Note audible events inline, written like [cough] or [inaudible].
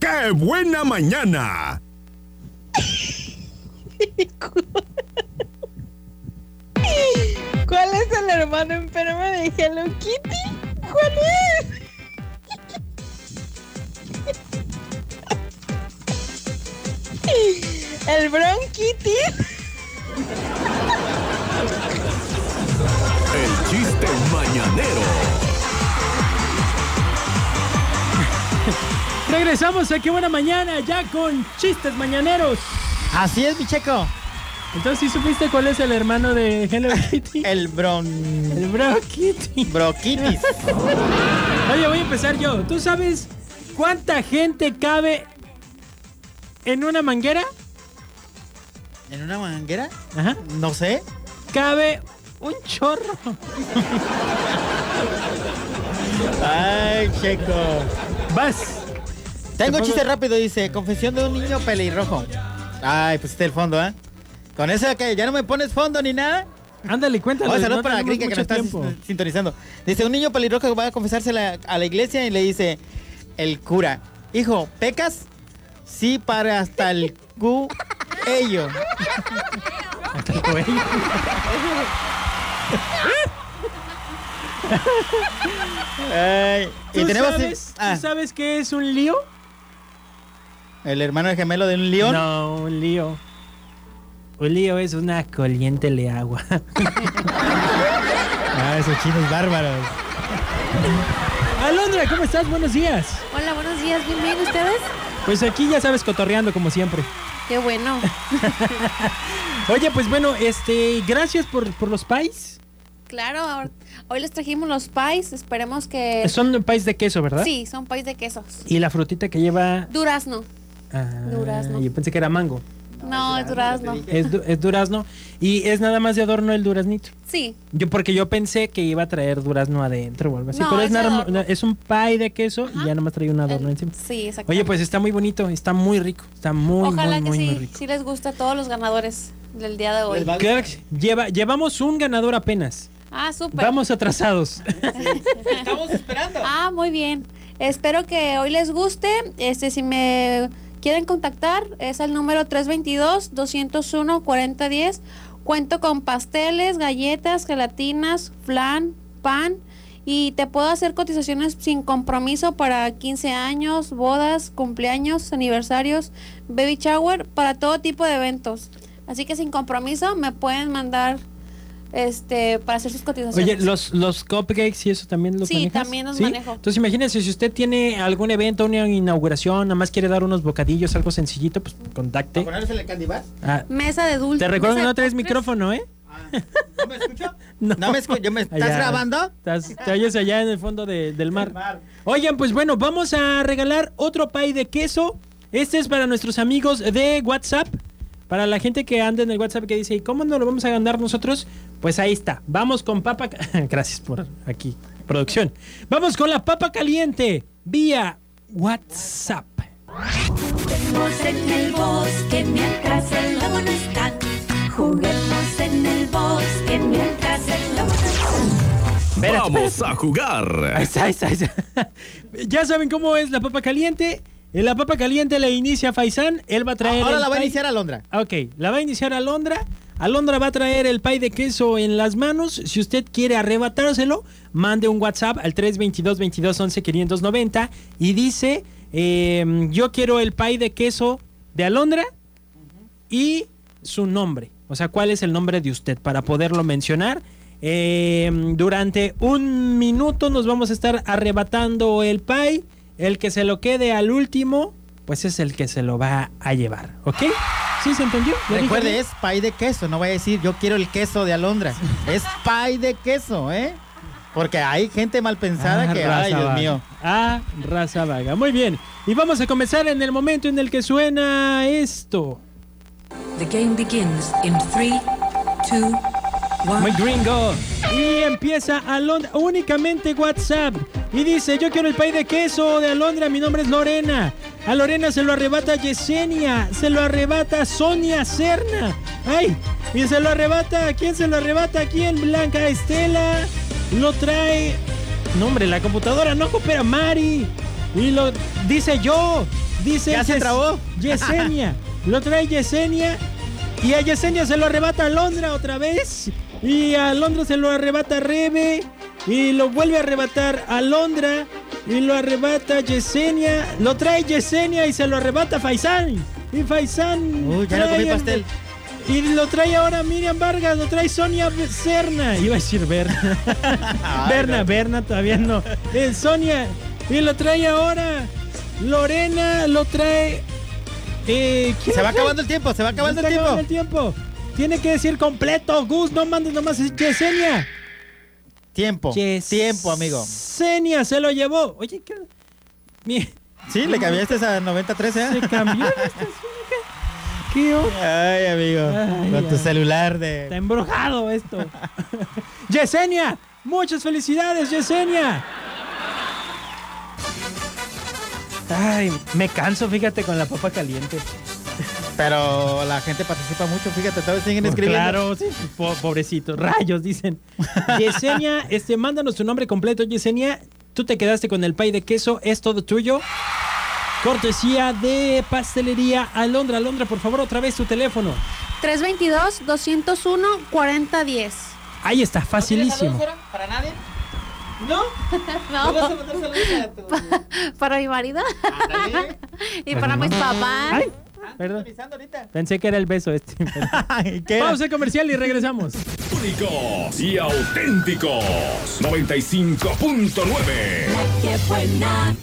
¡Qué buena mañana! [laughs] ¿Cuál es el hermano enfermo de Hello Kitty? ¿Cuál es? [laughs] El bronquitis. El chiste mañanero. Regresamos a Qué Buena Mañana, ya con chistes mañaneros. Así es, mi checo. Entonces, ¿sí supiste cuál es el hermano de Hello Kitty? El bron... El Bro Kitty. broquitis. Oye, voy a empezar yo. ¿Tú sabes cuánta gente cabe en una manguera? ¿En una manguera? Ajá. No sé. Cabe un chorro. Ay, checo. Vas. Tengo Te un chiste pongo- rápido, dice, confesión de un niño pelirrojo. Ay, pusiste el fondo, ¿ah? Con eso que ya no me pones fondo ni nada. Ándale, cuéntale. Oye, saludos no para la tenemos crítica que nos mucho está tiempo. sin- sintonizando. Dice, un niño pelirrojo que va a confesarse la- a la iglesia y le dice, el cura, hijo, ¿pecas? Sí, para hasta el cu ello. Ay, y ¿Tú tenemos sabes, ah, ¿Tú sabes qué es un lío? el hermano gemelo de un león. No, un lío. Un lío es una coliente de agua. [laughs] Ah, esos chinos bárbaros. Alondra, ¿cómo estás? Buenos días. Hola, buenos días, bien, bien, ¿ustedes? Pues aquí ya sabes, cotorreando como siempre. Qué bueno. Oye, pues bueno, este, gracias por, por los pies. Claro, ahor- hoy les trajimos los pies, esperemos que... Son pies de queso, ¿verdad? Eh. Sí, son pies de quesos. Y la frutita que lleva... Durazno. ah, Durazno. Yo pensé que era mango. No, es durazno. Es, du- es durazno. Y es nada más de adorno el duraznito. Sí, Yo porque yo pensé que iba a traer durazno adentro o algo así. No, pero es, es nada de ma- adorno. es un pie de queso y Ajá. Eh. ya nada más trae un adorno el- encima. sí, exacto. Oye, pues está muy bonito, está muy rico, está muy, Ojalá muy, muy, que muy sí, rico. sí les guste a todos los ganadores del día de hoy. Les va- Claro que sí. Lleva, llevamos un ganador apenas. Ah, súper. Vamos atrasados. Estamos esperando. Ah, muy bien. Espero que hoy les guste. Este, si me quieren contactar, es el número 322-201-4010. Cuento con pasteles, galletas, gelatinas, flan, pan. Y te puedo hacer cotizaciones sin compromiso para 15 años, bodas, cumpleaños, aniversarios, baby shower, para todo tipo de eventos. Así que sin compromiso me pueden mandar este para hacer sus cotizaciones. Oye, los, los cupcakes y eso también los Sí, manejas? también los manejo. Entonces imagínense, si usted tiene algún evento, una inauguración, nada más quiere dar unos bocadillos, algo sencillito, pues contacte. ponerse el candibás? Ah, Mesa de dulce. te recuerdo que mesa de no traes postres. micrófono, ¿eh? Ah, ¿No me escucho? [laughs] No. me escucho. yo me- ¿Estás Allá. grabando? Estás- te oyes allá en el fondo de- del mar. Del mar. Oigan, pues bueno, vamos a regalar otro pay de queso. Este es para nuestros amigos de WhatsApp. Para la gente que anda en el WhatsApp que dice, ¿y cómo no lo vamos a ganar nosotros? Pues ahí está. Vamos con papa. ca- [laughs] Gracias por aquí, producción. Vamos con la papa caliente vía WhatsApp. Juguemos en el bosque mientras el lobo no está. Juguemos en el bosque mientras el lobo no está. Espérate, Vamos espérate. a jugar. Ahí está, ahí está, ahí está. [laughs] ya saben cómo es la papa caliente. En La papa caliente la inicia Faisán. Él va a traer. Ahora el la va a pay- iniciar Alondra. Ah, Ok, la va a iniciar Alondra. Alondra va a traer el pay de queso en las manos. Si usted quiere arrebatárselo, mande un WhatsApp al 322 22 11 590 y dice: eh, Yo quiero el pay de queso de Alondra y su nombre. O sea, cuál es el nombre de usted para poderlo mencionar. Eh, durante un minuto nos vamos a estar arrebatando el pay. El que se lo quede al último, pues es el que se lo va a llevar. ¿Ok? ¿Sí se entendió? ¿Lo dije Recuerde, bien? es pay de queso. No voy a decir yo quiero el queso de Alondra. es pay de queso, ¿eh? Porque hay gente mal pensada Ah, que, raza ay, Dios vaga. mío. Ah, raza vaga. Muy bien. Y vamos a comenzar en el momento en el que suena esto. The game begins in three, two, one. Muy gringo. Y empieza Alondra, únicamente WhatsApp. Y dice, yo quiero el pay de queso de Alondra, mi nombre es Lorena. A Lorena se lo arrebata Yesenia, se lo arrebata Sonia Cerna. ¡Ay! Y se lo arrebata, ¿a quién se lo arrebata? ¿A quién? Blanca Estela. Lo trae... No, hombre, la computadora no coopera, Mari. Y lo dice yo. Dice ¿Ya se Yes- trabó? Yesenia. lo trae Yesenia. Y a Yesenia se lo arrebata Alondra otra vez. Y a Alondra se lo arrebata Rebe. Y lo vuelve a arrebatar Alondra. Y lo arrebata Yesenia. Lo trae Yesenia y se lo arrebata Faisán. Y Faisán. Uy, ya no trae comí el- pastel. y lo trae ahora Miriam Vargas, lo trae Sonia Serna. Iba a decir Berna. Berna, Berna todavía no. Eh, Sonia. Y lo trae ahora Lorena, lo trae... eh, ¿quién Se va lo trae? acabando el tiempo, se va acabando el Se está tiempo. acabando el tiempo. Tiene que decir completo, Gus, no mandes nomás es Yesenia. Tiempo. Tiempo, amigo. Yesenia se lo llevó. Oye, ¿qué? Mi- Sí, le cambiaste a 93, ¿eh? ¿Se cambió la estación acá? ¿Qué onda? Ay, amigo. Ay, con tu ay. celular de. Está embrujado esto. [laughs] Yesenia, muchas felicidades, Yesenia. Ay, me canso, fíjate, con la papa caliente. Pero la gente participa mucho, fíjate, todavía siguen Pues escribiendo. [laughs] Claro, sí, po- pobrecito, rayos, dicen. Yesenia, este, mándanos tu nombre completo, Yesenia. Tú te quedaste con el pay de queso, es todo tuyo. Cortesía de pastelería Alondra. Alondra, por favor, otra vez tu teléfono. 322-201-4010. Ahí está, facilísimo. ¿Para nadie? No, mandar saludos a tu. [laughs] para mi marido Ándale. [laughs] y para mis papás. Ay, perdón. Actualizando ahorita. Pensé que era el beso este. [laughs] pero- ¿Qué era? Pausa comercial y regresamos. Únicos y auténticos. 95.9. ¡Qué buena!